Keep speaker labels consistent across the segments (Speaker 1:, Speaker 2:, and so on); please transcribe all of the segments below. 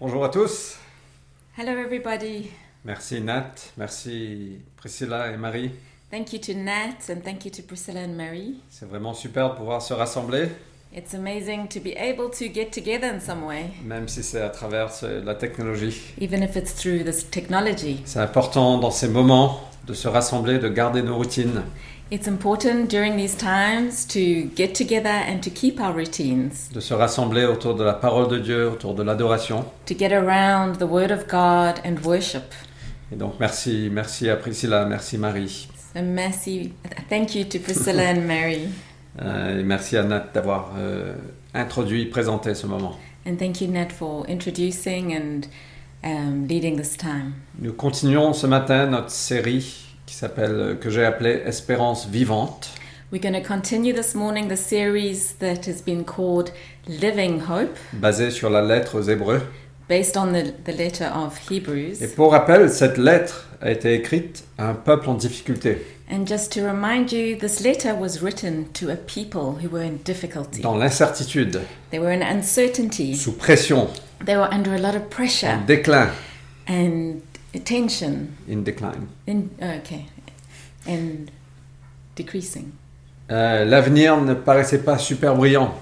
Speaker 1: Bonjour à tous.
Speaker 2: Hello, everybody.
Speaker 1: Merci Nat, merci Priscilla et Marie.
Speaker 2: Thank you to Nat and thank you to Priscilla and Marie.
Speaker 1: C'est vraiment super de pouvoir se rassembler,
Speaker 2: It's amazing to be able to get together in some way,
Speaker 1: même si c'est à travers euh, la technologie.
Speaker 2: even if it's through this technology.
Speaker 1: C'est important dans ces moments de se rassembler, de garder nos routines.
Speaker 2: It's important during these times to get together and to keep our routines,
Speaker 1: de se rassembler autour de la parole de Dieu, autour de l'adoration.
Speaker 2: to get around the Word of God and worship.
Speaker 1: Et donc merci, merci à Priscilla, merci Marie,
Speaker 2: So, merci. Thank you to Priscilla and Mary.
Speaker 1: Euh, et merci à Nat d'avoir euh, introduit, présenté ce moment.
Speaker 2: And thank you, Nat, for introducing and um, leading this time.
Speaker 1: Nous continuons ce matin notre série qui s'appelle, euh, que j'ai appelée Espérance vivante.
Speaker 2: We're going to continue this morning the series that has been called Living Hope.
Speaker 1: basée sur la lettre aux Hébreux.
Speaker 2: based on the, the letter of
Speaker 1: Et
Speaker 2: Hebrews.
Speaker 1: pour rappel, cette lettre a été écrite à un peuple en difficulté,
Speaker 2: And just to remind you, this letter was written to a people who were in difficulty.
Speaker 1: dans l'incertitude,
Speaker 2: They were in uncertainty.
Speaker 1: sous pression,
Speaker 2: They were under a lot of
Speaker 1: en
Speaker 2: pressure
Speaker 1: déclin,
Speaker 2: and tension.
Speaker 1: in decline.
Speaker 2: In, okay. And decreasing.
Speaker 1: Euh, L'avenir ne paraissait pas super brillant,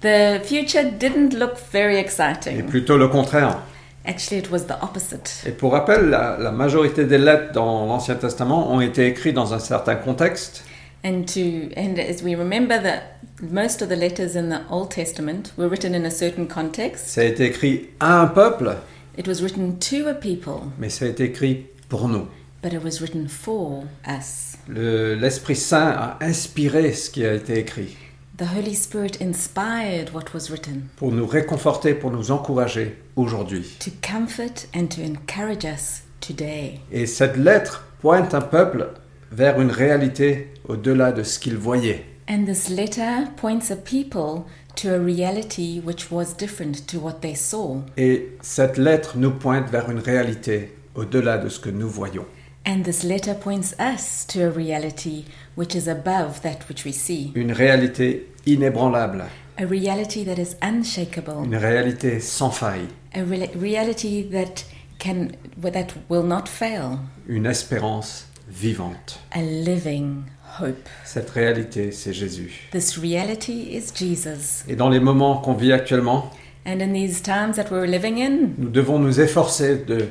Speaker 2: The future didn't look very
Speaker 1: et
Speaker 2: exciting.
Speaker 1: plutôt le contraire.
Speaker 2: Actually, it was the opposite.
Speaker 1: Et pour rappel, la, la majorité des lettres dans l'Ancien Testament ont été écrites dans un certain contexte,
Speaker 2: And to and as we remember that most of the letters in the Old Testament were written in a certain context.
Speaker 1: ça a été écrit à un peuple,
Speaker 2: It was written to a people.
Speaker 1: mais ça a été écrit pour nous.
Speaker 2: But it was written for us.
Speaker 1: Le- L'Esprit Saint a inspiré ce qui a été écrit
Speaker 2: The Holy Spirit inspired what was written
Speaker 1: pour nous réconforter, pour nous encourager aujourd'hui.
Speaker 2: to comfort and to encourage us today.
Speaker 1: Et cette lettre pointe un peuple vers une réalité au-delà de ce qu'il voyait.
Speaker 2: And this letter points a people to a reality which was different to what they saw.
Speaker 1: Et cette lettre nous pointe vers une réalité au-delà de ce que nous voyons.
Speaker 2: And this letter points us to a reality which is above that which we see,
Speaker 1: Une réalité inébranlable,
Speaker 2: a reality that is unshakable,
Speaker 1: une réalité sans faille,
Speaker 2: a re- reality that can that will not fail,
Speaker 1: une espérance vivante.
Speaker 2: a living hope.
Speaker 1: Cette réalité, c'est Jésus.
Speaker 2: This reality is Jesus.
Speaker 1: Et dans les moments qu'on vit actuellement,
Speaker 2: And in these times that we're living in,
Speaker 1: nous devons nous efforcer de,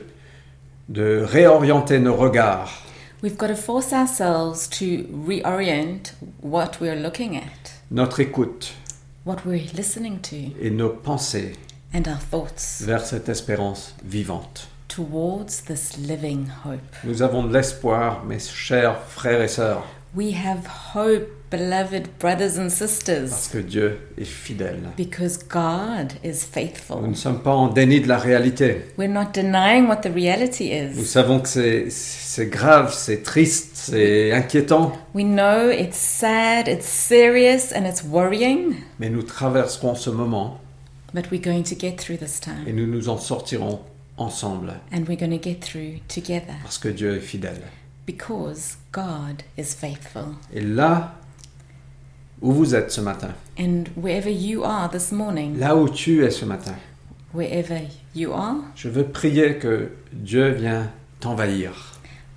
Speaker 1: de réorienter nos regards
Speaker 2: we've got to force ourselves to reorient what we're looking at,
Speaker 1: notre écoute
Speaker 2: what we're listening to,
Speaker 1: et nos pensées
Speaker 2: and our thoughts
Speaker 1: vers cette espérance vivante.
Speaker 2: towards this living hope.
Speaker 1: Nous avons de l'espoir, mes chers frères et sœurs,
Speaker 2: We have hope, beloved brothers and
Speaker 1: parce
Speaker 2: sisters,
Speaker 1: que Dieu est fidèle.
Speaker 2: because God is faithful.
Speaker 1: Nous ne sommes pas en déni de la réalité.
Speaker 2: We're not denying what the reality
Speaker 1: Nous
Speaker 2: is.
Speaker 1: savons que c'est- c'est grave, c'est triste, c'est inquiétant,
Speaker 2: We know it's sad, it's serious, and it's worrying,
Speaker 1: mais nous traverserons ce moment
Speaker 2: but we're going to get through this
Speaker 1: et
Speaker 2: time,
Speaker 1: nous nous en sortirons ensemble,
Speaker 2: and we're going to get through together.
Speaker 1: parce que Dieu est fidèle.
Speaker 2: Because God is faithful.
Speaker 1: Et là où vous êtes ce matin,
Speaker 2: And wherever you are this morning,
Speaker 1: là où tu es ce matin,
Speaker 2: wherever you are,
Speaker 1: je veux prier que Dieu vienne t'envahir.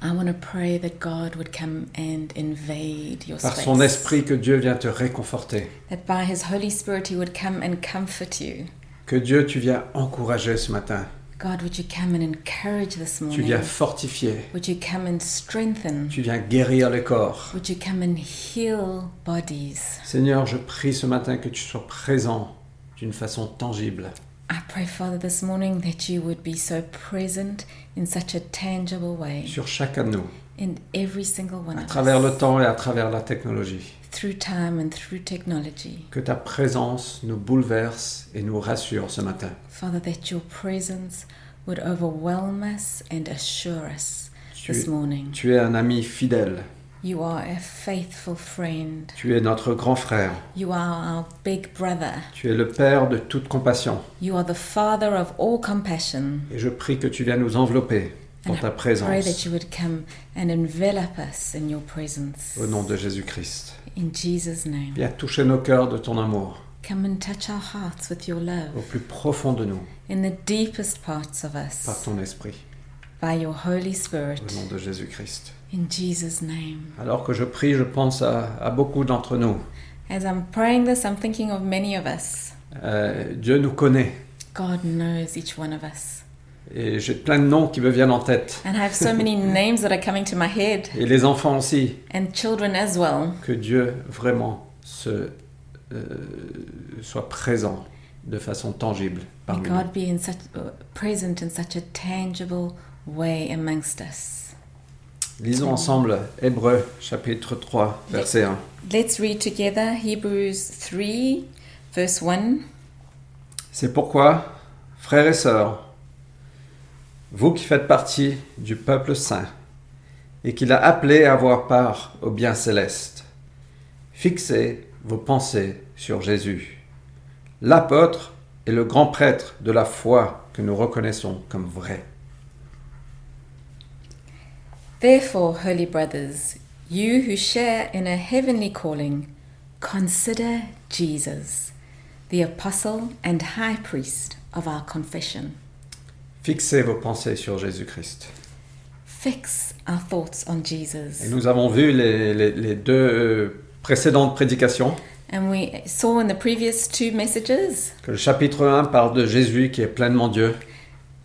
Speaker 2: I want to pray that God would come and invade your
Speaker 1: Par
Speaker 2: space.
Speaker 1: son esprit, que Dieu vienne te réconforter.
Speaker 2: That by His Holy Spirit He would come and comfort you.
Speaker 1: Que Dieu, tu viens encourager ce matin.
Speaker 2: God, would you come and encourage this
Speaker 1: Tu
Speaker 2: morning?
Speaker 1: viens fortifier,
Speaker 2: Would you come and strengthen?
Speaker 1: tu viens guérir les corps.
Speaker 2: Would you come and heal bodies?
Speaker 1: Seigneur, je prie ce matin que tu sois présent d'une façon tangible.
Speaker 2: I pray, Father, this morning that you would be so present in such a tangible way
Speaker 1: sur chacun de nous,
Speaker 2: in every single one
Speaker 1: à
Speaker 2: of
Speaker 1: travers
Speaker 2: us.
Speaker 1: le temps et à travers la technologie.
Speaker 2: through time and through technology.
Speaker 1: Que ta présence nous bouleverse et nous rassure ce matin.
Speaker 2: Father, that your presence would overwhelm us and assure us this
Speaker 1: Tu,
Speaker 2: morning.
Speaker 1: tu es un ami fidèle,
Speaker 2: You are a faithful friend.
Speaker 1: tu es notre grand frère,
Speaker 2: You are our big brother.
Speaker 1: tu es le Père de toute compassion.
Speaker 2: You are the Father of all compassion.
Speaker 1: Et je prie que tu viennes nous envelopper dans ta
Speaker 2: Pray that
Speaker 1: présence,
Speaker 2: you would come and envelop us in your presence.
Speaker 1: au nom de Jésus-Christ.
Speaker 2: In Jesus' name.
Speaker 1: Viens toucher nos cœurs de ton amour.
Speaker 2: Come and touch our hearts with your
Speaker 1: au
Speaker 2: love,
Speaker 1: plus profond de nous,
Speaker 2: in the deepest parts of
Speaker 1: par
Speaker 2: us,
Speaker 1: ton esprit,
Speaker 2: by your Holy
Speaker 1: au
Speaker 2: Spirit,
Speaker 1: nom de Jésus-Christ.
Speaker 2: in Jesus' name.
Speaker 1: Alors que je prie, je pense à, à beaucoup d'entre nous.
Speaker 2: As I'm praying this, I'm thinking of many of us.
Speaker 1: Euh, Dieu nous connaît.
Speaker 2: God knows each one of us.
Speaker 1: Et j'ai plein de noms qui me viennent en tête.
Speaker 2: And I have so many names that are coming to my head,
Speaker 1: Et les enfants aussi,
Speaker 2: and children as well,
Speaker 1: que Dieu vraiment se, euh, soit présent de façon tangible
Speaker 2: May
Speaker 1: parmi nous.
Speaker 2: God be in such, uh, present in such a tangible way amongst us.
Speaker 1: Lisons ensemble Hébreux chapitre 3, verset 1.
Speaker 2: Let's read together Hebrews 3, verse 1.
Speaker 1: C'est pourquoi, frères et sœurs, vous qui faites partie du peuple saint et qu'il a appelé à avoir part au bien céleste, fixez vos pensées sur Jésus, l'apôtre et le grand prêtre de la foi que nous reconnaissons comme vrai.
Speaker 2: Therefore, holy brothers, you who share in a heavenly calling, consider Jesus, the apostle and high priest of our confession.
Speaker 1: Fixez vos pensées sur Jésus-Christ.
Speaker 2: Fix our thoughts on Jesus.
Speaker 1: Et nous avons vu les, les- les deux euh, précédentes prédications
Speaker 2: And we saw in the previous two messages,
Speaker 1: que le chapitre 1 parle de Jésus qui est pleinement Dieu.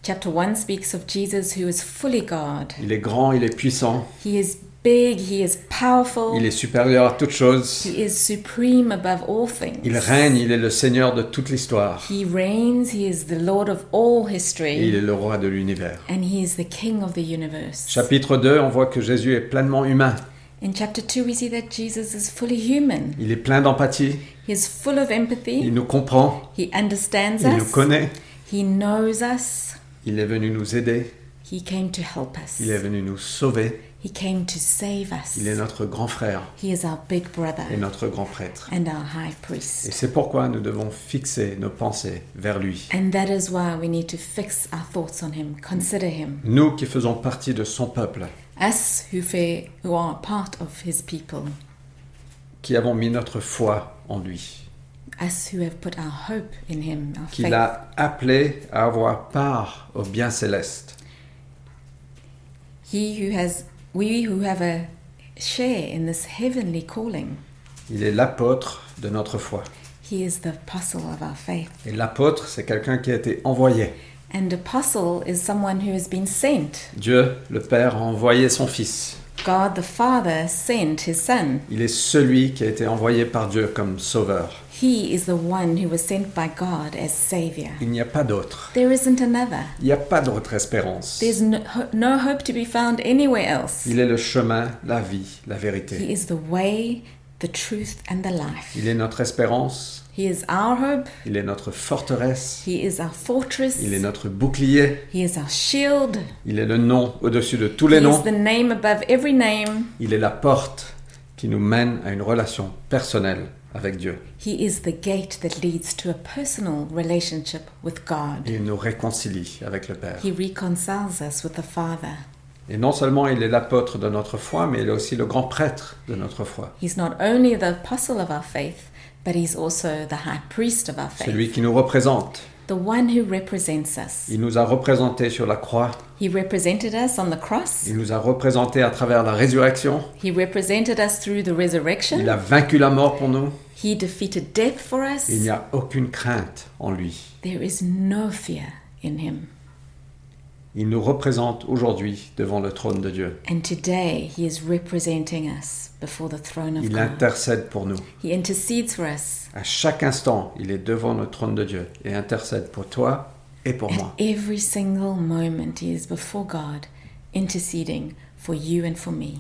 Speaker 2: chapter 1 speaks of Jesus who is fully God.
Speaker 1: Il est grand, il est puissant.
Speaker 2: He is big, he is powerful,
Speaker 1: Il est supérieur à toute chose.
Speaker 2: he is supreme above all things.
Speaker 1: Il règne, il est le Seigneur de toute l'histoire.
Speaker 2: He reigns, he is the Lord of all
Speaker 1: Et il
Speaker 2: history,
Speaker 1: est le roi de l'univers.
Speaker 2: and he is the King of the universe.
Speaker 1: Chapitre 2, on voit que Jésus est pleinement humain.
Speaker 2: In chapter 2, we see that Jesus is fully human.
Speaker 1: Il est plein d'empathie.
Speaker 2: He is full of empathy.
Speaker 1: Il nous comprend.
Speaker 2: He understands
Speaker 1: Il nous
Speaker 2: us.
Speaker 1: connaît.
Speaker 2: He knows us.
Speaker 1: Il est venu nous aider.
Speaker 2: He came to help us.
Speaker 1: Il est venu nous sauver.
Speaker 2: He came to save us.
Speaker 1: Il est notre grand frère
Speaker 2: He is our big
Speaker 1: et
Speaker 2: brother
Speaker 1: notre grand prêtre.
Speaker 2: and our high
Speaker 1: Et
Speaker 2: priest.
Speaker 1: c'est pourquoi nous devons fixer nos pensées vers lui.
Speaker 2: And that is why we need to fix our thoughts on him, consider him.
Speaker 1: Nous qui faisons partie de son peuple,
Speaker 2: Us who, fa- who are part of his people,
Speaker 1: qui avons mis notre foi en lui,
Speaker 2: us who have put our hope in him, our
Speaker 1: qu'il
Speaker 2: faith.
Speaker 1: a appelé à avoir part au bien céleste.
Speaker 2: He who has, we who have a share in this heavenly calling.
Speaker 1: Il est l'apôtre de notre foi.
Speaker 2: He is the apostle of our faith.
Speaker 1: Et l'apôtre, c'est quelqu'un qui a été envoyé.
Speaker 2: And apostle is someone who has been sent.
Speaker 1: Dieu, le Père, a envoyé son Fils.
Speaker 2: God the Father sent his Son.
Speaker 1: Il est celui qui a été envoyé par Dieu comme sauveur.
Speaker 2: He is the one who was sent by God as Savior.
Speaker 1: Il n'y a pas d'autre.
Speaker 2: There isn't another.
Speaker 1: Il n'y a pas d'autre espérance.
Speaker 2: There's no, ho- no hope to be found anywhere else.
Speaker 1: Il est le chemin, la vie, la
Speaker 2: He
Speaker 1: vérité.
Speaker 2: is the way, the truth, and the life.
Speaker 1: Il est notre espérance.
Speaker 2: He is our hope.
Speaker 1: Il est notre forteresse.
Speaker 2: He is our fortress.
Speaker 1: Il est notre bouclier.
Speaker 2: He is our shield.
Speaker 1: Il est le nom au-dessus de tous
Speaker 2: He
Speaker 1: les
Speaker 2: is
Speaker 1: noms.
Speaker 2: the name above every name.
Speaker 1: Il est la porte qui nous mène à une relation personnelle avec Dieu.
Speaker 2: He is the gate that leads to a personal relationship with God.
Speaker 1: Il nous réconcilie avec le Père.
Speaker 2: He reconciles us with the Father.
Speaker 1: Et non seulement il est l'apôtre de notre foi, mais il est aussi le grand prêtre de notre foi.
Speaker 2: He's not only the apostle of our faith, but he's also the high priest of our faith,
Speaker 1: Celui qui nous représente.
Speaker 2: the one who represents us.
Speaker 1: Il nous a représentés sur la croix.
Speaker 2: He represented us on the cross,
Speaker 1: Il nous a représentés à travers la résurrection.
Speaker 2: he represented us through the resurrection,
Speaker 1: Il a vaincu la mort pour nous.
Speaker 2: he defeated death for us.
Speaker 1: Et il n'y a aucune crainte en lui.
Speaker 2: There is no fear in him.
Speaker 1: Il nous représente aujourd'hui devant le trône de Dieu.
Speaker 2: And today he is representing us before the throne of
Speaker 1: Il
Speaker 2: God.
Speaker 1: intercède pour nous.
Speaker 2: He intercedes for us.
Speaker 1: À chaque instant, il est devant le trône de Dieu et intercède pour toi et pour
Speaker 2: At
Speaker 1: moi.
Speaker 2: every single moment, he is before God, interceding for you and for me.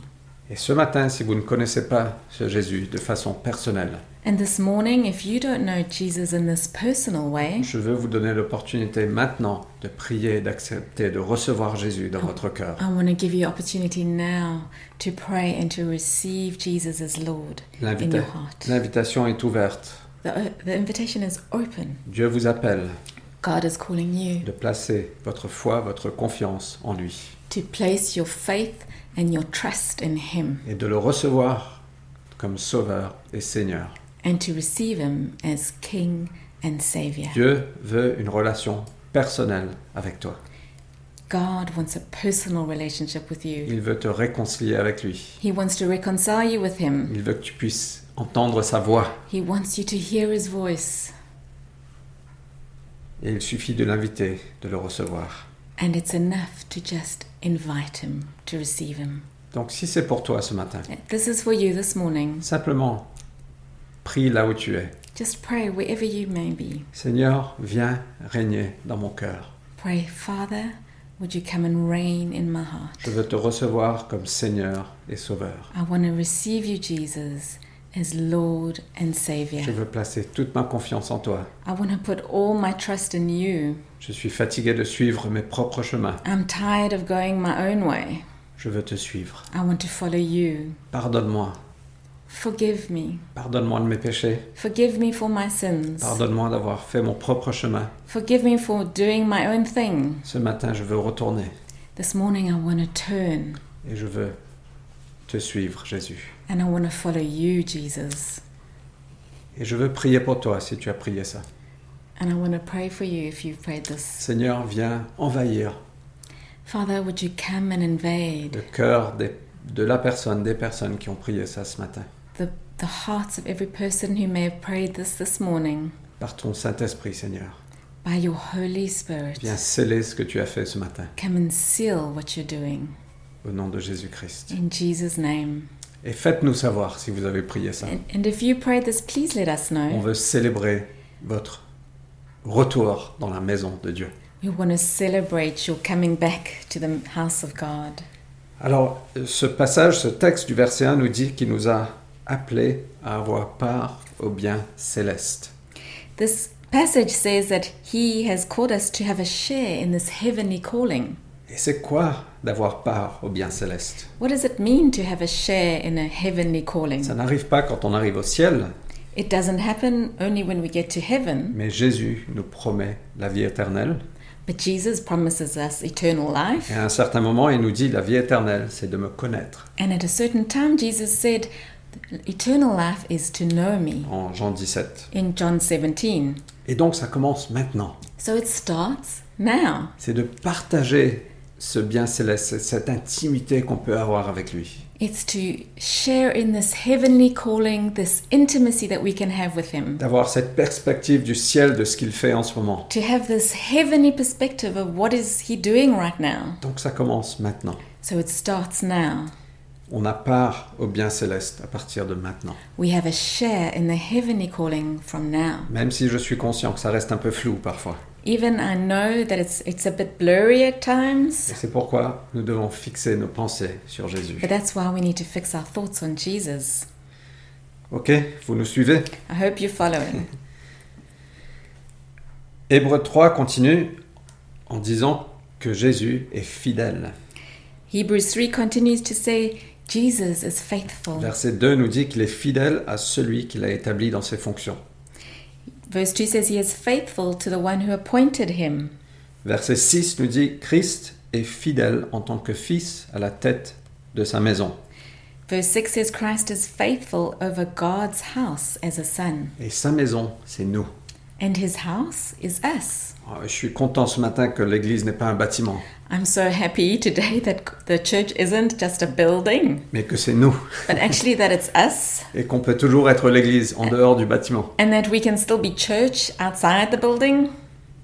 Speaker 1: Et ce matin, si vous ne connaissez pas ce Jésus de façon personnelle,
Speaker 2: And this morning, if you don't know Jesus in this personal way,
Speaker 1: Je veux vous donner l'opportunité maintenant de prier, d'accepter, de recevoir Jésus dans votre cœur.
Speaker 2: I want to give you opportunity now to pray and to receive Jesus as Lord in
Speaker 1: L'invita-
Speaker 2: your heart.
Speaker 1: L'invitation est ouverte.
Speaker 2: The, uh, the invitation is open.
Speaker 1: Dieu vous appelle
Speaker 2: God is calling you
Speaker 1: de placer votre foi, votre confiance en lui
Speaker 2: to place your faith and your trust in Him
Speaker 1: et de le recevoir comme Sauveur et Seigneur.
Speaker 2: and to receive Him as King and Savior.
Speaker 1: Dieu veut une relation personnelle avec toi.
Speaker 2: God wants a personal relationship with you.
Speaker 1: Il veut te réconcilier avec lui.
Speaker 2: He wants to reconcile you with Him.
Speaker 1: Il veut que tu puisses entendre sa voix.
Speaker 2: He wants you to hear His voice.
Speaker 1: Et il suffit de l'inviter, de le recevoir.
Speaker 2: And it's enough to just invite Him to receive Him.
Speaker 1: Donc si c'est pour toi ce matin,
Speaker 2: This is for you this morning.
Speaker 1: simplement prie là où tu es.
Speaker 2: Just pray wherever you may be.
Speaker 1: Seigneur, viens régner dans mon cœur.
Speaker 2: Pray, Father, would you come and reign in my heart?
Speaker 1: Je veux te recevoir comme Seigneur et Sauveur.
Speaker 2: I want to receive you, Jesus, as Lord and
Speaker 1: Je
Speaker 2: Savior.
Speaker 1: veux placer toute ma confiance en toi.
Speaker 2: I want to put all my trust in you.
Speaker 1: Je suis fatigué de suivre mes propres chemins.
Speaker 2: I'm tired of going my own way.
Speaker 1: Je veux te suivre.
Speaker 2: I want to follow you.
Speaker 1: Pardonne-moi.
Speaker 2: Forgive me.
Speaker 1: Pardonne-moi de mes péchés.
Speaker 2: Forgive me for my sins.
Speaker 1: Pardonne-moi d'avoir fait mon propre chemin.
Speaker 2: Forgive me for doing my own thing.
Speaker 1: Ce matin, je veux retourner
Speaker 2: This morning I want to turn
Speaker 1: et je veux te suivre, Jésus.
Speaker 2: and I want to follow you, Jesus.
Speaker 1: Et je veux prier pour toi si tu as prié ça.
Speaker 2: And I want to pray for you if you've prayed this.
Speaker 1: Seigneur, viens envahir
Speaker 2: Father, would you come and invade
Speaker 1: le cœur des- de la personne, des personnes qui ont prié ça ce matin.
Speaker 2: the, the hearts of every person who may have prayed this this morning
Speaker 1: Par ton Saint-Esprit, Seigneur.
Speaker 2: by your Holy Spirit?
Speaker 1: Viens sceller ce que tu as fait ce matin.
Speaker 2: Come and seal what you're doing
Speaker 1: Au nom de Jésus-Christ.
Speaker 2: in Jesus' name.
Speaker 1: Et faites-nous savoir si vous avez prié ça.
Speaker 2: And, and if you prayed this, please let us
Speaker 1: On
Speaker 2: know.
Speaker 1: veut célébrer votre retour dans la maison de Dieu.
Speaker 2: We want to celebrate your coming back to the house of God.
Speaker 1: Alors, ce passage, ce texte du verset 1 nous dit qu'il nous a appelés à avoir part au bien céleste.
Speaker 2: This passage says that He has called us to have a share in this heavenly calling.
Speaker 1: Et c'est quoi d'avoir part au bien céleste
Speaker 2: What does it mean to have a share in a heavenly calling?
Speaker 1: Ça n'arrive pas quand on arrive au ciel,
Speaker 2: It doesn't happen only when we get to heaven,
Speaker 1: mais Jésus nous promet la vie éternelle.
Speaker 2: but Jesus promises us eternal life.
Speaker 1: Et à un certain moment, il nous dit, la vie éternelle, c'est de me connaître.
Speaker 2: And at a certain time, Jesus said, Eternal life is to know me
Speaker 1: En Jean 17.
Speaker 2: in John 17.
Speaker 1: Et donc, ça commence maintenant.
Speaker 2: So it starts now.
Speaker 1: c'est de partager ce bien céleste, cette intimité qu'on peut avoir avec lui.
Speaker 2: It's to share in this heavenly calling, this intimacy that we can have with Him,
Speaker 1: D'avoir cette perspective du ciel de ce qu'il fait en ce moment.
Speaker 2: to have this heavenly perspective of what is He doing right now.
Speaker 1: Donc ça commence maintenant.
Speaker 2: So it starts now.
Speaker 1: On a part au bien céleste à partir de maintenant.
Speaker 2: We have a share in the heavenly calling from now.
Speaker 1: Même si je suis conscient que ça reste un peu flou parfois.
Speaker 2: Even I know that it's it's a bit blurry at times,
Speaker 1: Et c'est pourquoi nous devons fixer nos pensées sur Jésus.
Speaker 2: but that's why we need to fix our thoughts on Jesus.
Speaker 1: Ok Vous nous suivez
Speaker 2: I hope you're following.
Speaker 1: Hébreux 3 continue en disant que Jésus est fidèle.
Speaker 2: Hebrews 3 continues to say, Jesus is faithful.
Speaker 1: Verset 2 nous dit qu'il est fidèle à celui qu'il a établi dans ses fonctions.
Speaker 2: Verse 2 says, He is faithful to the one who appointed him.
Speaker 1: Verset 6 nous dit Christ est fidèle en tant que fils à la tête de sa maison.
Speaker 2: Verse 6 says, Christ is faithful over God's house as a son,
Speaker 1: Et sa maison, c'est nous.
Speaker 2: and his house is us.
Speaker 1: Ah, Je suis content ce matin que l'Église n'est pas un bâtiment,
Speaker 2: I'm so happy today that the church isn't just a building,
Speaker 1: mais que c'est nous.
Speaker 2: but actually that it's us.
Speaker 1: Et qu'on peut toujours être l'Église en dehors du bâtiment.
Speaker 2: And that we can still be church outside the building.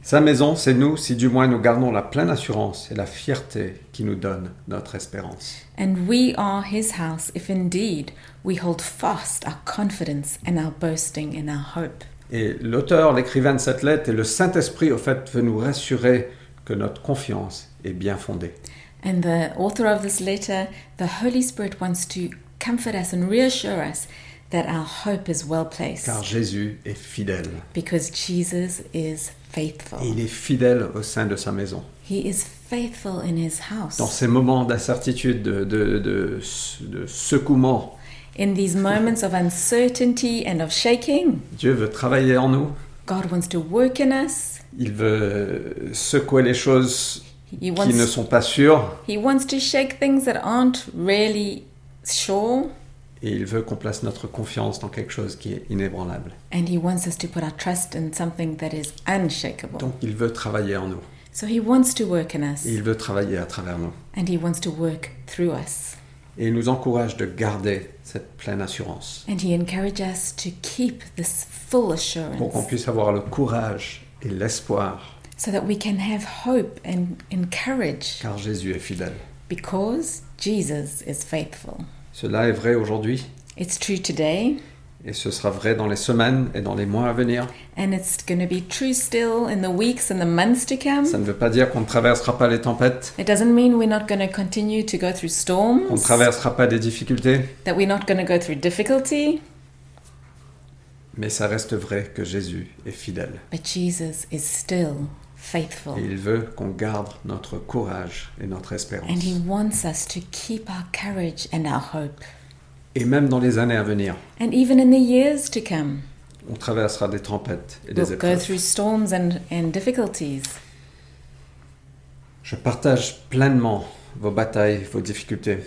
Speaker 1: Sa maison, c'est nous si du moins nous gardons la pleine assurance et la fierté qui nous donne notre espérance.
Speaker 2: And we are his house if indeed we hold fast our confidence and our boasting in our hope.
Speaker 1: Et l'auteur, l'écrivain de cette lettre et le Saint-Esprit, au fait, veut nous rassurer que notre confiance est bien fondée.
Speaker 2: And the author of this letter, the Holy Spirit, wants to comfort us and reassure us that our hope is well placed
Speaker 1: Car Jésus est fidèle.
Speaker 2: because Jesus is
Speaker 1: Et
Speaker 2: faithful.
Speaker 1: il est fidèle au sein de sa maison.
Speaker 2: He is faithful in his
Speaker 1: dans
Speaker 2: house.
Speaker 1: ces moments d'incertitude, de, de, de- de secouement,
Speaker 2: In these moments of uncertainty and of shaking,
Speaker 1: Dieu veut travailler en nous.
Speaker 2: God wants to work in us.
Speaker 1: Il veut secouer les choses
Speaker 2: He
Speaker 1: qui ne
Speaker 2: wants
Speaker 1: sont pas sûres.
Speaker 2: He wants to shake things that aren't really sure,
Speaker 1: et il veut qu'on place notre confiance dans quelque chose qui est inébranlable.
Speaker 2: And He wants us to put our trust in something that is unshakable.
Speaker 1: Donc il veut travailler en nous
Speaker 2: so He wants to work in us
Speaker 1: et il veut travailler à travers nous.
Speaker 2: and He wants to work through us.
Speaker 1: Et il nous encourage de garder cette pleine assurance
Speaker 2: And He encourages us to keep this full assurance
Speaker 1: pour qu'on puisse avoir le courage et l'espoir
Speaker 2: so that we can have hope and encourage
Speaker 1: car Jésus est fidèle.
Speaker 2: because Jesus is faithful.
Speaker 1: Cela est vrai aujourd'hui
Speaker 2: It's true today
Speaker 1: et ce sera vrai dans les semaines et dans les mois à venir.
Speaker 2: and it's going to be true still in the weeks and the months to come.
Speaker 1: Ça ne veut pas dire qu'on ne traversera pas les tempêtes,
Speaker 2: It doesn't mean we're not going to continue to go through storms,
Speaker 1: qu'on ne traversera pas des difficultés,
Speaker 2: that we're not going to go through difficulty,
Speaker 1: mais ça reste vrai que Jésus est fidèle.
Speaker 2: but Jesus is still faithful.
Speaker 1: Et il veut qu'on garde notre courage et notre
Speaker 2: And
Speaker 1: espérance.
Speaker 2: he wants us to keep our courage and our hope.
Speaker 1: Et même dans les années à venir,
Speaker 2: And even in the years to come,
Speaker 1: on traversera des tempêtes et des
Speaker 2: we'll go
Speaker 1: épreuves.
Speaker 2: through storms and, and difficulties.
Speaker 1: Je partage pleinement vos batailles, vos difficultés.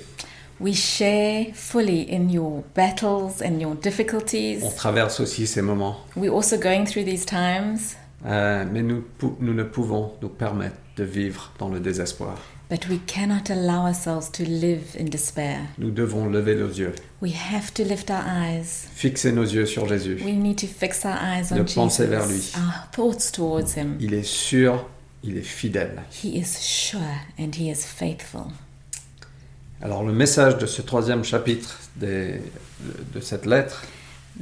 Speaker 2: We share fully in your battles and your
Speaker 1: On
Speaker 2: difficulties.
Speaker 1: traverse aussi ces moments,
Speaker 2: We're also going through these times,
Speaker 1: Euh, mais nous, pou- nous ne pouvons nous permettre de vivre dans le désespoir.
Speaker 2: but we cannot allow ourselves to live in despair.
Speaker 1: Nous devons lever nos yeux,
Speaker 2: We have to lift our eyes
Speaker 1: fixer nos yeux sur Jésus.
Speaker 2: We need to fix our eyes on
Speaker 1: De
Speaker 2: Jesus,
Speaker 1: penser vers lui.
Speaker 2: our thoughts towards him.
Speaker 1: Il est sûr, il est fidèle.
Speaker 2: He is sure and he is faithful.
Speaker 1: Alors le message de ce troisième chapitre des- de- de cette lettre,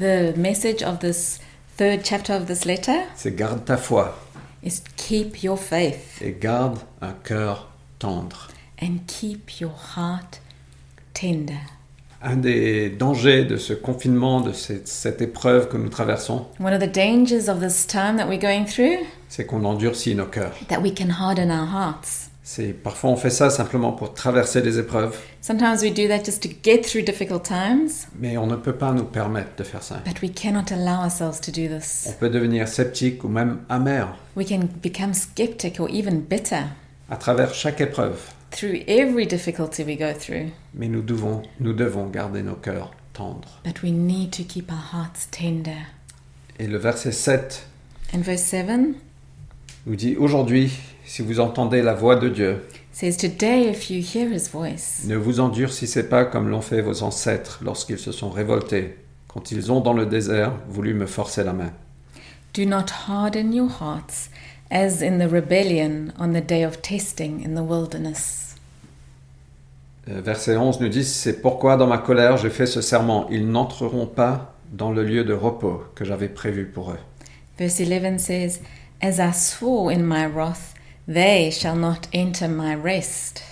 Speaker 2: The message of this third chapter of this letter
Speaker 1: c'est garde ta foi
Speaker 2: is keep your faith
Speaker 1: et garde un cœur tendre.
Speaker 2: and keep your heart tender.
Speaker 1: Un des dangers de ce confinement, de cette, cette épreuve que nous traversons,
Speaker 2: One of the dangers of this time that we're going through
Speaker 1: c'est qu'on endurcit nos cœurs.
Speaker 2: that we can harden our hearts.
Speaker 1: C'est parfois on fait ça simplement pour traverser des épreuves,
Speaker 2: Sometimes we do that just to get through difficult times,
Speaker 1: mais on ne peut pas nous permettre de faire ça.
Speaker 2: but we cannot allow ourselves to do
Speaker 1: On
Speaker 2: this.
Speaker 1: peut devenir sceptique ou même amer
Speaker 2: We can become skeptic or even bitter
Speaker 1: à travers chaque épreuve,
Speaker 2: through every difficulty we go through.
Speaker 1: mais nous devons, nous devons garder nos cœurs tendres.
Speaker 2: But we need to keep our hearts tender.
Speaker 1: Et le verset 7
Speaker 2: And verse 7
Speaker 1: nous dit Aujourd'hui, si vous entendez la voix de Dieu,
Speaker 2: says, Today, if you hear his voice,
Speaker 1: Ne vous endurcissez pas comme l'ont fait vos ancêtres lorsqu'ils se sont révoltés, quand ils ont dans le désert voulu me forcer la main.
Speaker 2: do not harden your hearts as in the rebellion on the day of testing in the wilderness.
Speaker 1: Euh, Verset 11 nous dit C'est pourquoi dans ma colère j'ai fait ce serment, ils n'entreront pas dans le lieu de repos que j'avais prévu pour eux.
Speaker 2: Verse 11 says, As I swore in my wrath, they shall not enter my rest.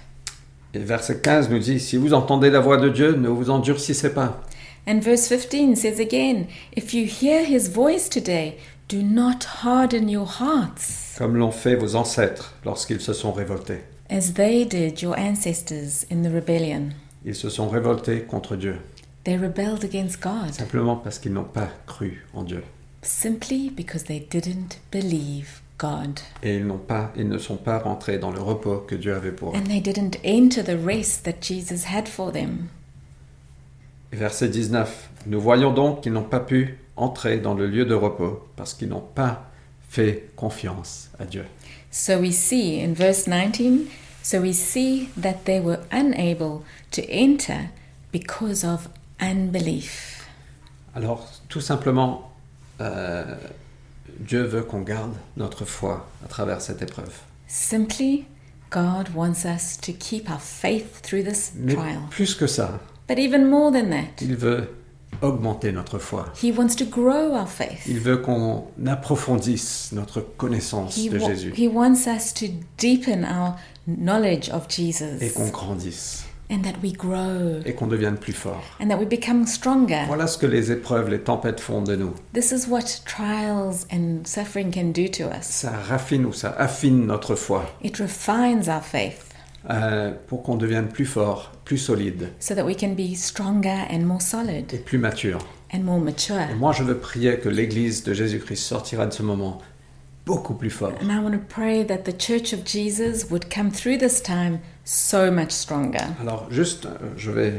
Speaker 1: Et verset 15 nous dit Si vous entendez la voix de Dieu, ne vous endurcissez pas.
Speaker 2: And verse 15 says again, If you hear his voice today, do not harden your hearts
Speaker 1: Comme l'ont fait vos ancêtres lorsqu'ils se sont révoltés.
Speaker 2: as they did your ancestors in the rebellion.
Speaker 1: Ils se sont révoltés contre Dieu,
Speaker 2: They rebelled against God.
Speaker 1: simplement parce qu'ils n'ont pas cru en Dieu.
Speaker 2: simply because they didn't believe God
Speaker 1: Et ils, n'ont pas, ils ne sont pas rentrés dans le repos que Dieu avait pour eux.
Speaker 2: and they didn't enter the rest that Jesus had for them.
Speaker 1: Verset 19. Nous voyons donc qu'ils n'ont pas pu entrer dans le lieu de repos parce qu'ils n'ont pas fait confiance à Dieu.
Speaker 2: So we see in verse 19, so we see that they were unable to enter because of unbelief.
Speaker 1: Alors, tout simplement, euh, Dieu veut qu'on garde notre foi à travers cette épreuve.
Speaker 2: Simply, God wants us to keep our faith through this
Speaker 1: Mais
Speaker 2: trial.
Speaker 1: plus que ça,
Speaker 2: But even more than that,
Speaker 1: il veut augmenter notre foi.
Speaker 2: He wants to grow our faith.
Speaker 1: Il veut qu'on approfondisse notre connaissance
Speaker 2: He,
Speaker 1: de
Speaker 2: wa-
Speaker 1: Jésus
Speaker 2: he wants us to deepen our knowledge of
Speaker 1: et
Speaker 2: Jesus
Speaker 1: qu'on grandisse
Speaker 2: and that we grow
Speaker 1: et qu'on devienne plus fort.
Speaker 2: and that we become stronger.
Speaker 1: Voilà ce que les épreuves, les tempêtes font de nous.
Speaker 2: This is what trials and suffering can do to us.
Speaker 1: Ça raffine ou ça affine notre foi.
Speaker 2: It refines our faith
Speaker 1: Euh, pour qu'on devienne plus fort, plus solide
Speaker 2: so that we can be stronger and more
Speaker 1: et
Speaker 2: solid
Speaker 1: plus mature.
Speaker 2: and more
Speaker 1: Et
Speaker 2: mature.
Speaker 1: moi, je veux prier que l'Église de Jésus-Christ sortira de ce moment beaucoup plus fort,
Speaker 2: And I want to pray that the Church of Jesus would come through this time so much stronger.
Speaker 1: Alors, juste, euh, je vais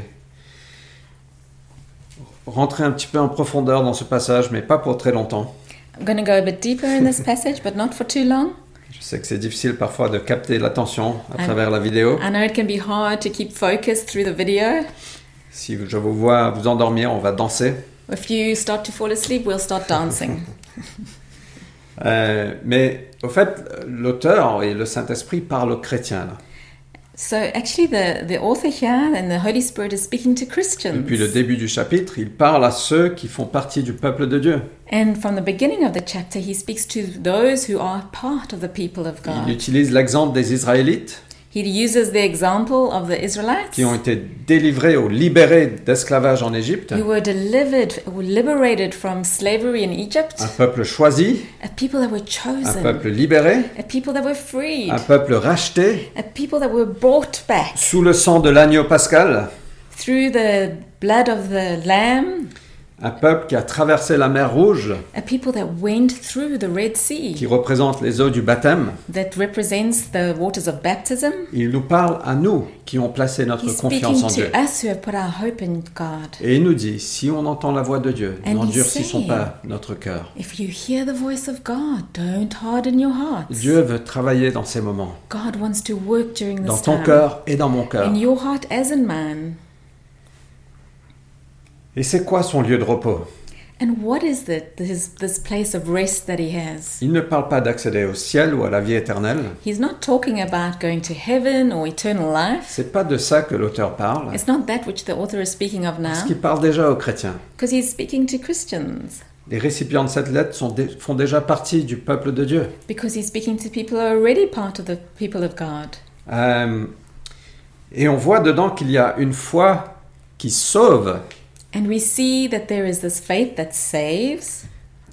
Speaker 1: rentrer un petit peu en profondeur dans ce passage, mais pas pour très longtemps.
Speaker 2: I'm going to go a bit deeper in this passage, but not for too long.
Speaker 1: Je sais que c'est difficile parfois de capter l'attention à
Speaker 2: Ah.
Speaker 1: travers la vidéo.
Speaker 2: I know it can be hard to keep focus through the video.
Speaker 1: Si je vous vois vous endormir, on va danser.
Speaker 2: If you start to fall asleep, we'll start dancing.
Speaker 1: Euh, mais au fait, l'auteur et le Saint-Esprit parlent aux chrétiens. là.
Speaker 2: So actually, the, the author here and the Holy Spirit is speaking to Christians.
Speaker 1: Depuis le début du chapitre, il parle à ceux qui font partie du peuple de Dieu.
Speaker 2: And from the beginning of the chapter, he speaks to those who are part of the people of
Speaker 1: Il
Speaker 2: God.
Speaker 1: utilise l'exemple des Israélites
Speaker 2: He uses the example of the Israelites
Speaker 1: qui ont été délivrés ou libérés d'esclavage en Égypte,
Speaker 2: who were delivered, who were liberated from slavery in Egypt,
Speaker 1: un peuple choisi,
Speaker 2: a people that were
Speaker 1: un
Speaker 2: chosen,
Speaker 1: peuple libéré,
Speaker 2: a people that were freed,
Speaker 1: un peuple racheté
Speaker 2: a people that were brought back
Speaker 1: sous le sang de l'agneau pascal,
Speaker 2: through the blood of the Lamb,
Speaker 1: un peuple qui a traversé la mer Rouge,
Speaker 2: a people that went through the Red Sea.
Speaker 1: qui représente les eaux du baptême.
Speaker 2: that represents the waters of baptism.
Speaker 1: Il nous parle à nous qui ont placé notre
Speaker 2: He's
Speaker 1: confiance
Speaker 2: speaking
Speaker 1: en Dieu.
Speaker 2: to us who have put our hope in God.
Speaker 1: Et il nous dit, si on entend la voix de Dieu,
Speaker 2: And
Speaker 1: n'endurcissons
Speaker 2: he
Speaker 1: pas notre cœur.
Speaker 2: If you hear the voice of God, don't harden your hearts.
Speaker 1: Dieu veut travailler dans ces moments,
Speaker 2: God wants to work during this
Speaker 1: dans ton
Speaker 2: time
Speaker 1: cœur et dans mon cœur.
Speaker 2: in your heart as in mine.
Speaker 1: Et c'est quoi son lieu de repos
Speaker 2: And what is it, this, this place of rest that he has?
Speaker 1: Il ne parle pas d'accéder au ciel ou à la vie éternelle.
Speaker 2: He's not talking about going to heaven or eternal life.
Speaker 1: C'est pas de ça que l'auteur parle.
Speaker 2: It's not that which the author is speaking of
Speaker 1: Parce
Speaker 2: now,
Speaker 1: qu'il parle déjà aux chrétiens.
Speaker 2: because he's speaking to Christians,
Speaker 1: Les récipients de cette lettre sont dé- font déjà partie du peuple de Dieu.
Speaker 2: because he's speaking to people who are already part of the people of God.
Speaker 1: Euh, et on voit dedans qu'il y a une foi qui sauve.
Speaker 2: And we see that there is this faith that saves,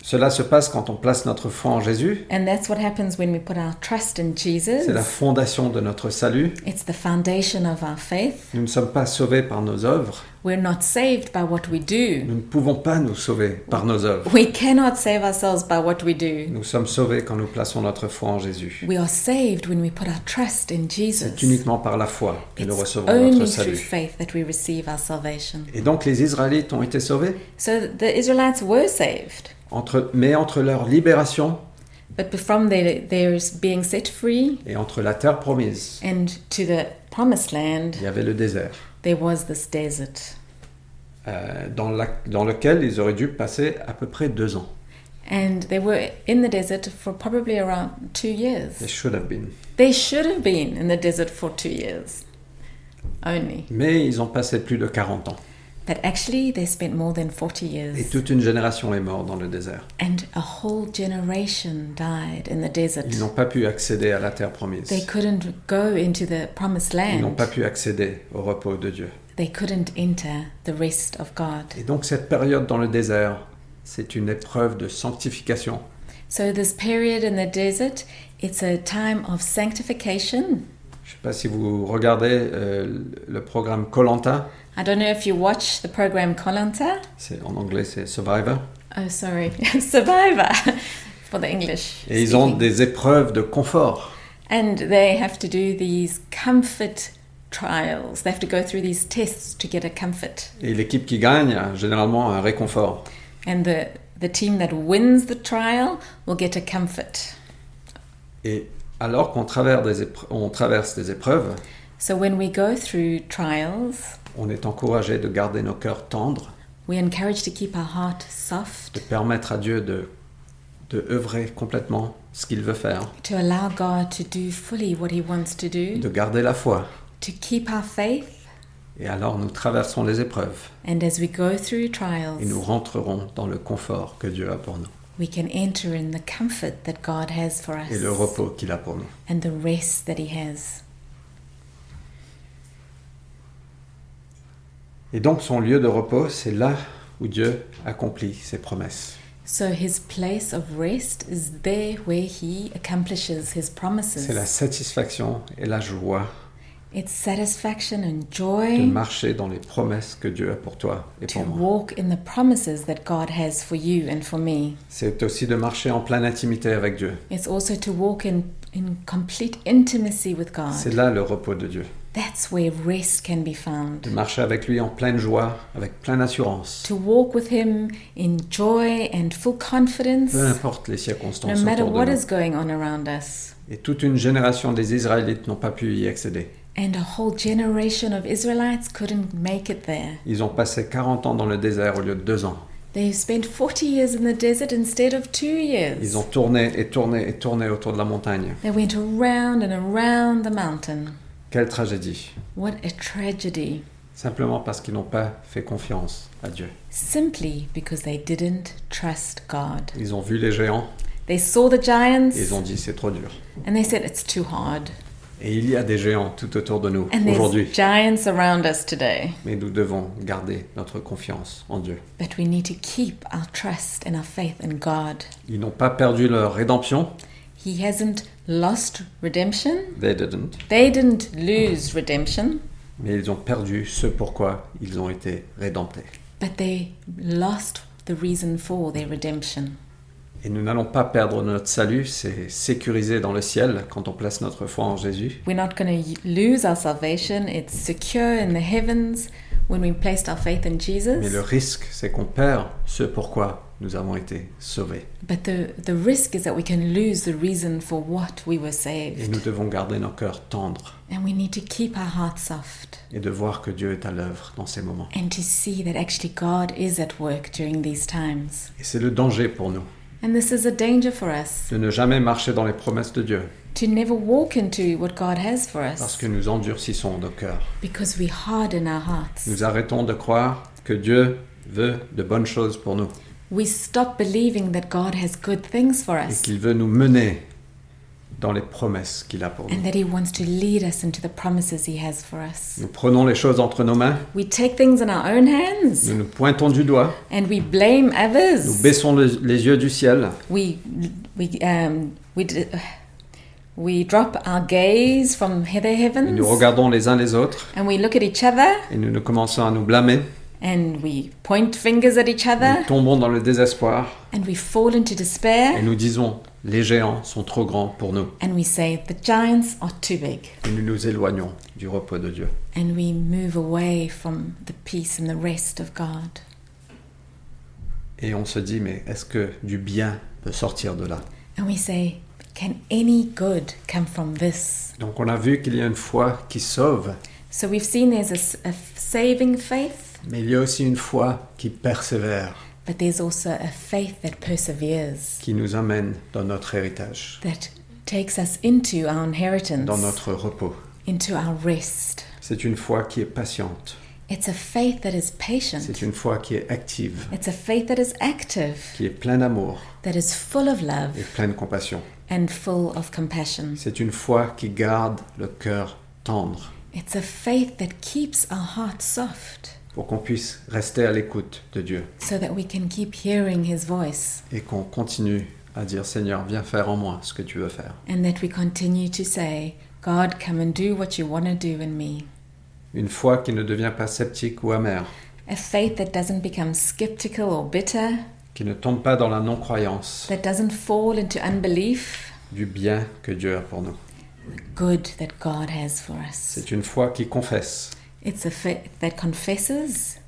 Speaker 1: Cela se passe quand on place notre foi en Jésus.
Speaker 2: and that's what happens when we put our trust in
Speaker 1: C'est la
Speaker 2: Jesus.
Speaker 1: fondation de notre salut.
Speaker 2: It's the foundation of our faith.
Speaker 1: Nous ne sommes pas sauvés par nos œuvres.
Speaker 2: We're not saved by what we do.
Speaker 1: Nous ne pouvons pas nous sauver par nos œuvres.
Speaker 2: We cannot save ourselves by what we do.
Speaker 1: Nous sommes sauvés quand nous plaçons notre foi en Jésus.
Speaker 2: We are saved when we put our trust in
Speaker 1: C'est
Speaker 2: Jesus.
Speaker 1: uniquement par la foi que nous
Speaker 2: It's
Speaker 1: recevons notre
Speaker 2: only through
Speaker 1: salut.
Speaker 2: faith that we receive our salvation.
Speaker 1: Et donc les Israélites ont été sauvés,
Speaker 2: So the Israelites were saved,
Speaker 1: entre- mais entre leur libération
Speaker 2: but from their, their being set free
Speaker 1: et entre la terre promise,
Speaker 2: and to the promised land,
Speaker 1: il y avait le désert,
Speaker 2: there was this desert.
Speaker 1: euh, dans, la- dans lequel ils auraient dû passer à peu près deux ans.
Speaker 2: And they were in the desert for probably around two
Speaker 1: They
Speaker 2: years.
Speaker 1: should have been.
Speaker 2: They should have been in the desert for two years only.
Speaker 1: Mais ils ont passé plus de 40 ans.
Speaker 2: But actually, they spent more than 40
Speaker 1: Et
Speaker 2: years.
Speaker 1: toute une génération est morte dans le désert.
Speaker 2: And a whole generation died in the desert.
Speaker 1: Ils n'ont pas pu accéder à la terre
Speaker 2: They
Speaker 1: promise.
Speaker 2: couldn't go into the promised
Speaker 1: Ils n'ont
Speaker 2: land,
Speaker 1: pas pu accéder au repos de Dieu.
Speaker 2: they couldn't enter the rest of God.
Speaker 1: Et donc cette période dans le désert, c'est une épreuve de sanctification.
Speaker 2: So, this period in the desert, it's a time of sanctification.
Speaker 1: Je ne sais pas si vous regardez euh, le programme Colanta,
Speaker 2: I don't know if you watch the program Kolanta.
Speaker 1: c'est en anglais c'est Survivor,
Speaker 2: Oh, sorry, Survivor for the English.
Speaker 1: et ils ont
Speaker 2: speaking.
Speaker 1: des épreuves de confort.
Speaker 2: And they have to do these comfort trials. They have to go through these tests to get a comfort.
Speaker 1: Et l'équipe qui gagne a généralement un réconfort.
Speaker 2: And the, the team that wins the trial will get a comfort.
Speaker 1: Et alors qu'on travers des épre- on traverse des épreuves,
Speaker 2: So when we go through trials,
Speaker 1: on est encouragé de garder nos cœurs tendres,
Speaker 2: we're encouraged to keep our heart soft,
Speaker 1: de permettre à Dieu de, de œuvrer complètement ce qu'il veut faire,
Speaker 2: to allow God to do fully what He wants to do,
Speaker 1: de garder la foi.
Speaker 2: to keep our faith.
Speaker 1: Et alors nous traversons les épreuves.
Speaker 2: And as we go through
Speaker 1: et nous
Speaker 2: trials,
Speaker 1: rentrerons dans le confort que Dieu a pour nous
Speaker 2: we can enter in the comfort that God has for us
Speaker 1: et le repos qu'il a pour nous.
Speaker 2: and the rest that He has.
Speaker 1: Et donc son lieu de repos, c'est là où Dieu accomplit ses promesses.
Speaker 2: So his place of rest is there where he accomplishes his promises.
Speaker 1: C'est la satisfaction et la joie
Speaker 2: It's satisfaction and
Speaker 1: de
Speaker 2: joy
Speaker 1: marcher dans les promesses que Dieu a pour toi et
Speaker 2: to
Speaker 1: pour moi.
Speaker 2: walk in the promises that God has for you and for me.
Speaker 1: C'est aussi de marcher en pleine intimité avec Dieu.
Speaker 2: It's also to walk in, in complete intimacy with
Speaker 1: C'est
Speaker 2: God.
Speaker 1: là le repos de Dieu.
Speaker 2: That's where rest can be found.
Speaker 1: de marcher avec lui en pleine joie, avec pleine assurance,
Speaker 2: To walk with Him in joy and full confidence,
Speaker 1: peu importe les
Speaker 2: no
Speaker 1: circonstances
Speaker 2: matter
Speaker 1: autour
Speaker 2: what
Speaker 1: de
Speaker 2: is
Speaker 1: nous.
Speaker 2: going on around us.
Speaker 1: Et toute une génération des Israélites n'ont pas pu y accéder.
Speaker 2: And a whole generation of Israelites couldn't make it there.
Speaker 1: Ils ont passé 40 ans dans le désert au lieu de deux ans.
Speaker 2: They spent 40 years in the desert instead of two years.
Speaker 1: Ils ont tourné et tourné et tourné autour de la montagne.
Speaker 2: They went around and around the mountain.
Speaker 1: Quelle tragédie.
Speaker 2: What a tragedy.
Speaker 1: Simplement parce qu'ils n'ont pas fait confiance à Dieu.
Speaker 2: Simply because they didn't trust God.
Speaker 1: Ils ont vu les géants
Speaker 2: They saw the
Speaker 1: et
Speaker 2: giants
Speaker 1: ils ont dit c'est trop dur.
Speaker 2: and they said, It's too hard.
Speaker 1: Et il y a des géants tout autour de nous
Speaker 2: And
Speaker 1: aujourd'hui.
Speaker 2: there's giants around us today.
Speaker 1: Mais nous devons garder notre confiance en Dieu.
Speaker 2: But we need to keep our trust and our faith in God.
Speaker 1: Ils n'ont pas perdu leur rédemption.
Speaker 2: He hasn't lost redemption.
Speaker 1: They didn't.
Speaker 2: They didn't lose redemption,
Speaker 1: Mais ils ont perdu ce pourquoi ils ont été rédemptés.
Speaker 2: but they lost the reason for their redemption.
Speaker 1: Et nous n'allons pas perdre notre salut, c'est sécurisé dans le ciel quand on place notre foi en Jésus.
Speaker 2: We're not going to lose our salvation. It's secure in the heavens when we placed our faith in
Speaker 1: Mais le
Speaker 2: Jesus.
Speaker 1: risque, c'est qu'on perd ce pourquoi nous avons été sauvés.
Speaker 2: But the, the risk is that we can lose the reason for what we were
Speaker 1: Et nous
Speaker 2: saved.
Speaker 1: devons garder nos cœurs tendres
Speaker 2: And we need to keep our hearts soft
Speaker 1: et de voir que Dieu est à l'œuvre dans ces moments.
Speaker 2: and to see that actually God is at work during these times.
Speaker 1: Et c'est le danger pour nous,
Speaker 2: And this is a danger for us
Speaker 1: de ne jamais marcher dans les promesses de Dieu,
Speaker 2: to never walk into what God has for
Speaker 1: parce
Speaker 2: us
Speaker 1: que nous endurcissons nos cœurs.
Speaker 2: because we harden our hearts.
Speaker 1: Nous arrêtons de croire que Dieu veut de bonnes choses pour nous
Speaker 2: We stop believing that God has good things for
Speaker 1: et
Speaker 2: us
Speaker 1: qu'il veut nous mener dans les promesses qu'il a pour nous.
Speaker 2: and that He wants to lead us into the promises He has for us.
Speaker 1: Nous prenons les choses entre nos mains,
Speaker 2: We take things in our own hands
Speaker 1: nous nous pointons du doigt,
Speaker 2: and we blame
Speaker 1: nous
Speaker 2: others.
Speaker 1: baissons le- les yeux du ciel
Speaker 2: We, we, um, we, d- we drop our gaze from he- the
Speaker 1: et nous
Speaker 2: heavens
Speaker 1: regardons les uns les autres
Speaker 2: and we look at each other
Speaker 1: et nous, nous commençons à nous blâmer,
Speaker 2: and we point fingers at each
Speaker 1: nous
Speaker 2: other
Speaker 1: tombons dans le désespoir
Speaker 2: and we fall into despair.
Speaker 1: et nous disons les géants sont trop grands pour nous
Speaker 2: And we say, the giants are too big.
Speaker 1: et nous nous éloignons du repos de Dieu.
Speaker 2: And we move away from the peace and the rest of God.
Speaker 1: Et on se dit mais est-ce que du bien peut sortir de là
Speaker 2: And we say, can any good come from this?
Speaker 1: Donc on a vu qu'il y a une foi qui sauve,
Speaker 2: So we've seen there's a, s- a f- saving faith,
Speaker 1: mais il y a aussi une foi qui persévère,
Speaker 2: but there's also a faith that perseveres,
Speaker 1: qui nous amène dans notre héritage,
Speaker 2: that takes us into our inheritance,
Speaker 1: dans notre repos.
Speaker 2: into our rest.
Speaker 1: C'est une foi qui est patiente,
Speaker 2: It's a faith that is patient.
Speaker 1: c'est une foi qui est active,
Speaker 2: It's a faith that is active,
Speaker 1: qui est pleine d'amour
Speaker 2: that is full of
Speaker 1: et
Speaker 2: love
Speaker 1: pleine de compassion.
Speaker 2: and full of compassion.
Speaker 1: C'est une foi qui garde le cœur tendre
Speaker 2: It's a faith that keeps our hearts soft
Speaker 1: pour qu'on puisse rester à l'écoute de Dieu
Speaker 2: so that we can keep hearing His voice
Speaker 1: et qu'on continue à dire Seigneur, viens faire en moi ce que tu veux faire.
Speaker 2: and that we continue to say, God, come and do what you want to do in me.
Speaker 1: Une foi qui ne devient pas sceptique ou amère,
Speaker 2: A faith that doesn't become skeptical or bitter,
Speaker 1: qui ne tombe pas dans la non-croyance
Speaker 2: that doesn't fall into unbelief,
Speaker 1: du bien que Dieu a pour nous.
Speaker 2: good that God has for us.
Speaker 1: C'est une foi qui confesse
Speaker 2: It's a faith that confesses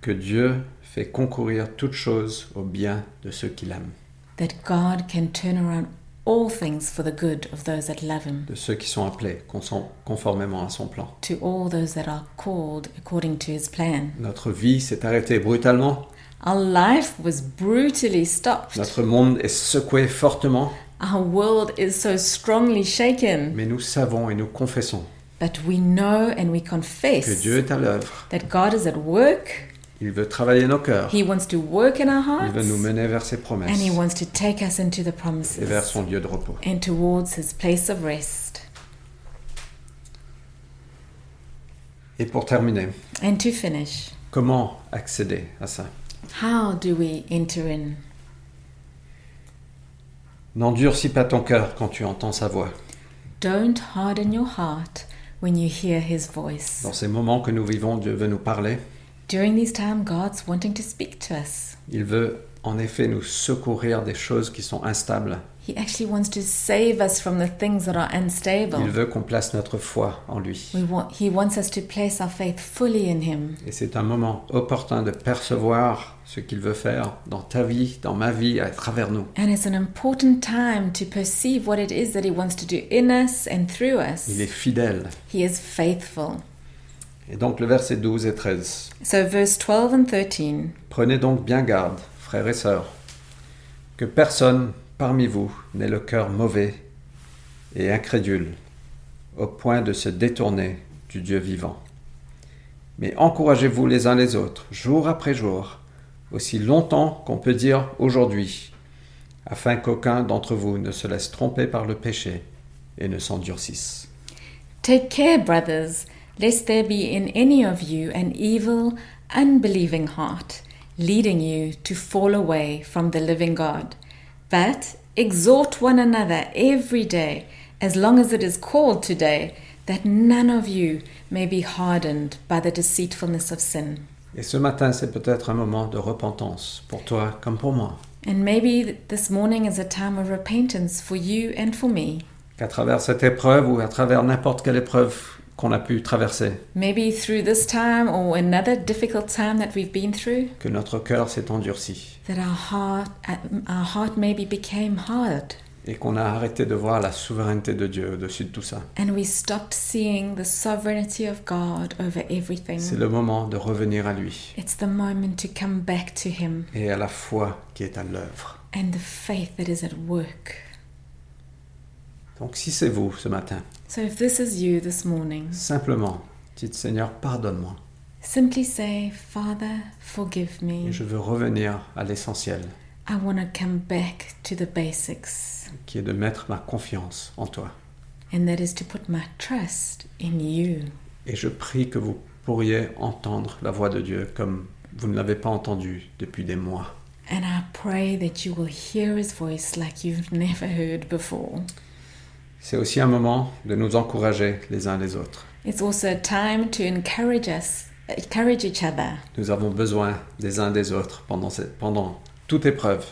Speaker 1: que Dieu fait concourir toutes choses au bien de ceux qui l'aiment,
Speaker 2: that God can turn around all things for the good of those that love Him,
Speaker 1: de ceux qui sont appelés con- sont- conformément à son plan.
Speaker 2: to all those that are called according to His plan.
Speaker 1: Notre vie s'est arrêtée brutalement,
Speaker 2: Our life was brutally stopped.
Speaker 1: notre monde est secoué fortement,
Speaker 2: Our world is so strongly shaken,
Speaker 1: mais nous savons et nous confessons
Speaker 2: but we know and we confess
Speaker 1: que Dieu est à l'œuvre.
Speaker 2: that God is at work.
Speaker 1: Il veut travailler nos cœurs,
Speaker 2: He wants to work in our
Speaker 1: il veut
Speaker 2: hearts,
Speaker 1: nous mener vers ses
Speaker 2: and
Speaker 1: promesses
Speaker 2: He wants to take us into the
Speaker 1: et vers
Speaker 2: promises
Speaker 1: son lieu de repos.
Speaker 2: and towards His place of rest.
Speaker 1: Et pour terminer,
Speaker 2: And to finish,
Speaker 1: comment accéder à ça
Speaker 2: how do we enter in?
Speaker 1: N'endurcis pas ton cœur quand tu entends sa voix.
Speaker 2: Don't harden your heart when you hear His voice.
Speaker 1: Dans ces moments que nous vivons, Dieu veut nous parler.
Speaker 2: During this time, God's wanting to speak to us.
Speaker 1: Il veut en effet nous secourir des choses qui sont instables
Speaker 2: He actually wants to save us from the things that are unstable.
Speaker 1: Il veut qu'on place notre foi en lui.
Speaker 2: We want, he wants us to place our faith fully in Him.
Speaker 1: Et c'est un moment opportun de percevoir ce qu'il veut faire dans ta vie, dans ma vie, à travers nous.
Speaker 2: And it's an important time to perceive what it is that He wants to do in us and through us.
Speaker 1: Il est fidèle.
Speaker 2: He is faithful.
Speaker 1: Et donc le verset 12 et 13.
Speaker 2: So, verse 12 and 13
Speaker 1: Prenez donc bien garde, frères et sœurs, que personne parmi vous n'ait le cœur mauvais et incrédule, au point de se détourner du Dieu vivant. Mais encouragez-vous les uns les autres, jour après jour, aussi longtemps qu'on peut dire aujourd'hui, afin qu'aucun d'entre vous ne se laisse tromper par le péché et ne s'endurcisse.
Speaker 2: Take care, brothers, lest there be in any of you an evil, unbelieving heart, leading you to fall away from the living God. But exhort one another every day, as long as it is called today, that none of you may be hardened by the deceitfulness of sin.
Speaker 1: Et ce matin, c'est peut-être un moment de repentance, pour toi comme pour moi,
Speaker 2: And maybe th- this morning is a time of repentance for you and for me.
Speaker 1: qu'à travers cette épreuve ou à travers n'importe quelle épreuve qu'on a pu traverser,
Speaker 2: Maybe through this time or another difficult time that we've been through,
Speaker 1: que notre cœur s'est endurci
Speaker 2: that our heart, uh, our heart maybe became hard,
Speaker 1: et qu'on a arrêté de voir la souveraineté de Dieu au-dessus de tout ça.
Speaker 2: and we stopped seeing the sovereignty of God over everything.
Speaker 1: C'est le moment de revenir à lui
Speaker 2: It's the moment to come back to Him
Speaker 1: et à la foi qui est à l'œuvre.
Speaker 2: and the faith that is at work.
Speaker 1: Donc si c'est vous ce matin,
Speaker 2: So, if this is you this morning,
Speaker 1: simplement dites Seigneur, pardonne-moi
Speaker 2: simply say, Father, forgive
Speaker 1: et
Speaker 2: me.
Speaker 1: je veux revenir à l'essentiel
Speaker 2: I want to come back to the basics,
Speaker 1: qui est de mettre ma confiance en toi.
Speaker 2: and that is to put my trust in you.
Speaker 1: Et je prie que vous pourriez entendre la voix de Dieu comme vous ne l'avez pas entendue depuis des mois.
Speaker 2: And I pray that you will hear His voice like you've never heard before.
Speaker 1: C'est aussi un moment de nous encourager les uns les autres.
Speaker 2: It's also a time to encourage us, encourage each other.
Speaker 1: Nous avons besoin des uns des autres pendant, cette- pendant toute épreuve,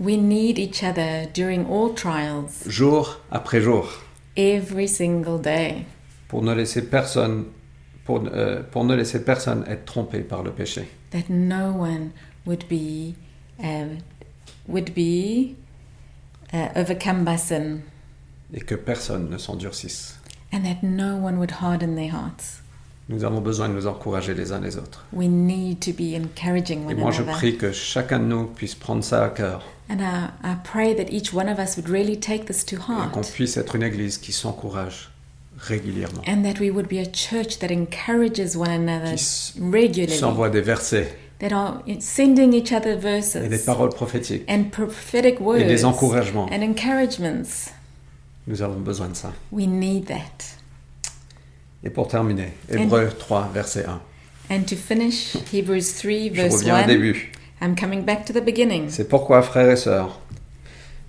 Speaker 2: We need each other during all trials,
Speaker 1: jour après jour,
Speaker 2: every single day.
Speaker 1: pour ne laisser personne, pour, euh, pour ne laisser personne être trompé par le péché.
Speaker 2: that no one would be um, would be uh, overcome by sin,
Speaker 1: et que personne ne s'endurcisse.
Speaker 2: and that no one would harden their hearts.
Speaker 1: Nous avons besoin de nous encourager les uns les autres.
Speaker 2: We need to be encouraging
Speaker 1: Et
Speaker 2: one
Speaker 1: moi, je
Speaker 2: another.
Speaker 1: prie que chacun de nous puisse prendre ça à cœur
Speaker 2: And I, I pray that each one of us would really take this to
Speaker 1: et qu'on
Speaker 2: heart,
Speaker 1: puisse être une église qui s'encourage régulièrement,
Speaker 2: and that we would be a church that encourages one another
Speaker 1: qui s-
Speaker 2: regularly,
Speaker 1: s'envoie des versets
Speaker 2: that are sending each
Speaker 1: et
Speaker 2: other
Speaker 1: des
Speaker 2: verses
Speaker 1: paroles prophétiques.
Speaker 2: and prophetic words
Speaker 1: des encouragements.
Speaker 2: and encouragements.
Speaker 1: Nous avons besoin de ça.
Speaker 2: We need that.
Speaker 1: Et pour terminer, Hébreu 3, verset 1.
Speaker 2: And to finish, Hebrews 3,
Speaker 1: Je
Speaker 2: verse
Speaker 1: reviens au
Speaker 2: 1.
Speaker 1: début.
Speaker 2: I'm coming back to the beginning.
Speaker 1: C'est pourquoi, frères et sœurs,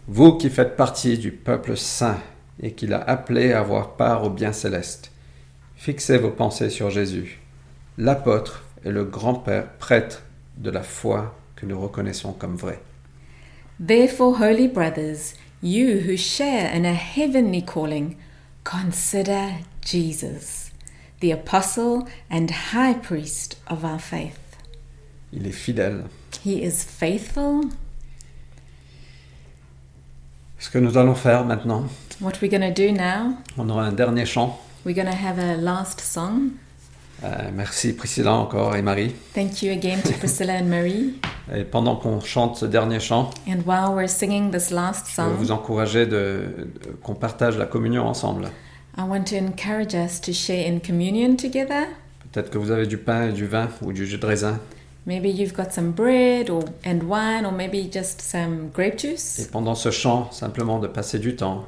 Speaker 1: vous qui faites partie du peuple saint et qui l'a appelé à avoir part au bien céleste, fixez vos pensées sur Jésus, l'apôtre et le grand-père prêtre de la foi que nous reconnaissons comme vraie.
Speaker 2: Therefore, holy brothers, you who share in a heavenly calling, consider Jesus, the apostle and high priest of our faith.
Speaker 1: Il est fidèle.
Speaker 2: He is faithful.
Speaker 1: Ce que nous allons faire maintenant,
Speaker 2: What we're going to do now,
Speaker 1: on aura un dernier chant.
Speaker 2: we're going to have a last song.
Speaker 1: Euh, merci Priscilla encore et Marie.
Speaker 2: Thank you again to Priscilla and Marie.
Speaker 1: Et pendant qu'on chante ce dernier chant,
Speaker 2: And while we're singing this last
Speaker 1: je veux Euh, vous
Speaker 2: song,
Speaker 1: encourager de, de- qu'on partage la communion ensemble.
Speaker 2: I want to encourage us to share in communion together.
Speaker 1: Peut-être que vous avez du pain et du vin ou du jus de raisin.
Speaker 2: Maybe you've got some bread or and wine or maybe just some grape
Speaker 1: Et
Speaker 2: juice.
Speaker 1: pendant ce chant, simplement de passer du temps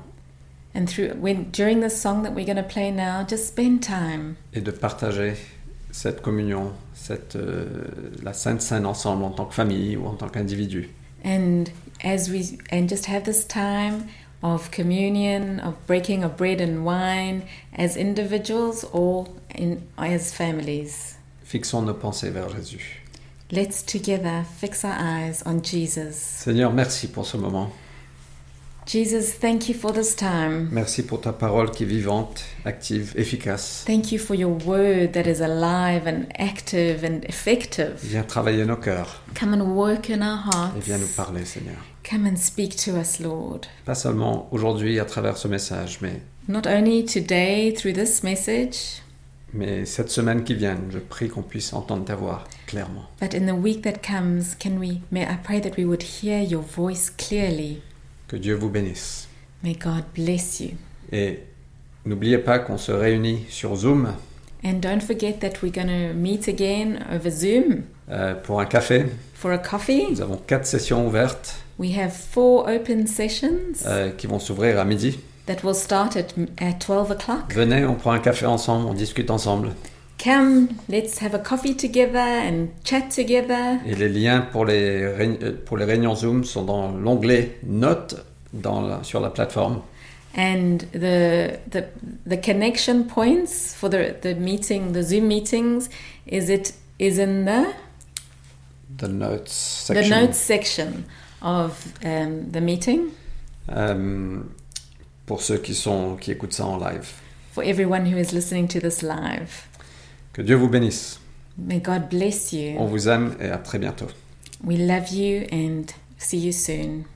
Speaker 2: And through when during this song that we're going to play now, just spend time
Speaker 1: et de partager cette communion, cette, euh, la Sainte Seine ensemble en tant que famille ou en tant qu'individu.
Speaker 2: and as we and just have this time of communion, of breaking of bread and wine as individuals or in as families.
Speaker 1: Fixons nos pensées vers Jésus.
Speaker 2: Let's together fix our eyes on Jesus.
Speaker 1: Seigneur, merci pour ce moment.
Speaker 2: Jesus, thank you for this time.
Speaker 1: Merci pour ta parole qui est vivante, active, efficace.
Speaker 2: Thank you for your word that is alive and active and effective.
Speaker 1: Viens travailler nos cœurs
Speaker 2: Come and work in our
Speaker 1: et viens nous
Speaker 2: hearts.
Speaker 1: parler, Seigneur.
Speaker 2: Come and speak to us, Lord.
Speaker 1: Pas seulement aujourd'hui à travers ce message, mais,
Speaker 2: Not only today through this message,
Speaker 1: mais cette semaine qui vient, je prie qu'on puisse entendre ta voix clairement.
Speaker 2: but in the week that comes, can we may I pray that we would hear your voice clearly.
Speaker 1: Que Dieu vous bénisse.
Speaker 2: May God bless you.
Speaker 1: Et n'oubliez pas qu'on se réunit sur Zoom
Speaker 2: And don't forget that we're going to meet again over Zoom
Speaker 1: euh, pour un café.
Speaker 2: for a coffee.
Speaker 1: Nous avons quatre sessions ouvertes
Speaker 2: We have four open sessions
Speaker 1: euh, qui vont s'ouvrir à midi.
Speaker 2: that will start at, at 12 o'clock.
Speaker 1: Venez, on prend un café ensemble, on discute ensemble.
Speaker 2: Come, let's have a coffee together and chat together.
Speaker 1: Et les liens pour les, réun- euh, pour les réunions Zoom sont dans l'onglet Notes dans la- sur la plateforme.
Speaker 2: And the, the, the connection points for the, the meeting, the Zoom meetings, is it is in the,
Speaker 1: The Notes
Speaker 2: the
Speaker 1: section.
Speaker 2: notes section of um, the meeting
Speaker 1: Euh, pour ceux qui, sont, qui écoutent ça en live.
Speaker 2: for everyone who is listening to this live.
Speaker 1: Que Dieu vous bénisse.
Speaker 2: May
Speaker 1: Oh.
Speaker 2: God bless you.
Speaker 1: On vous aime et à très bientôt.
Speaker 2: We love you and see you soon.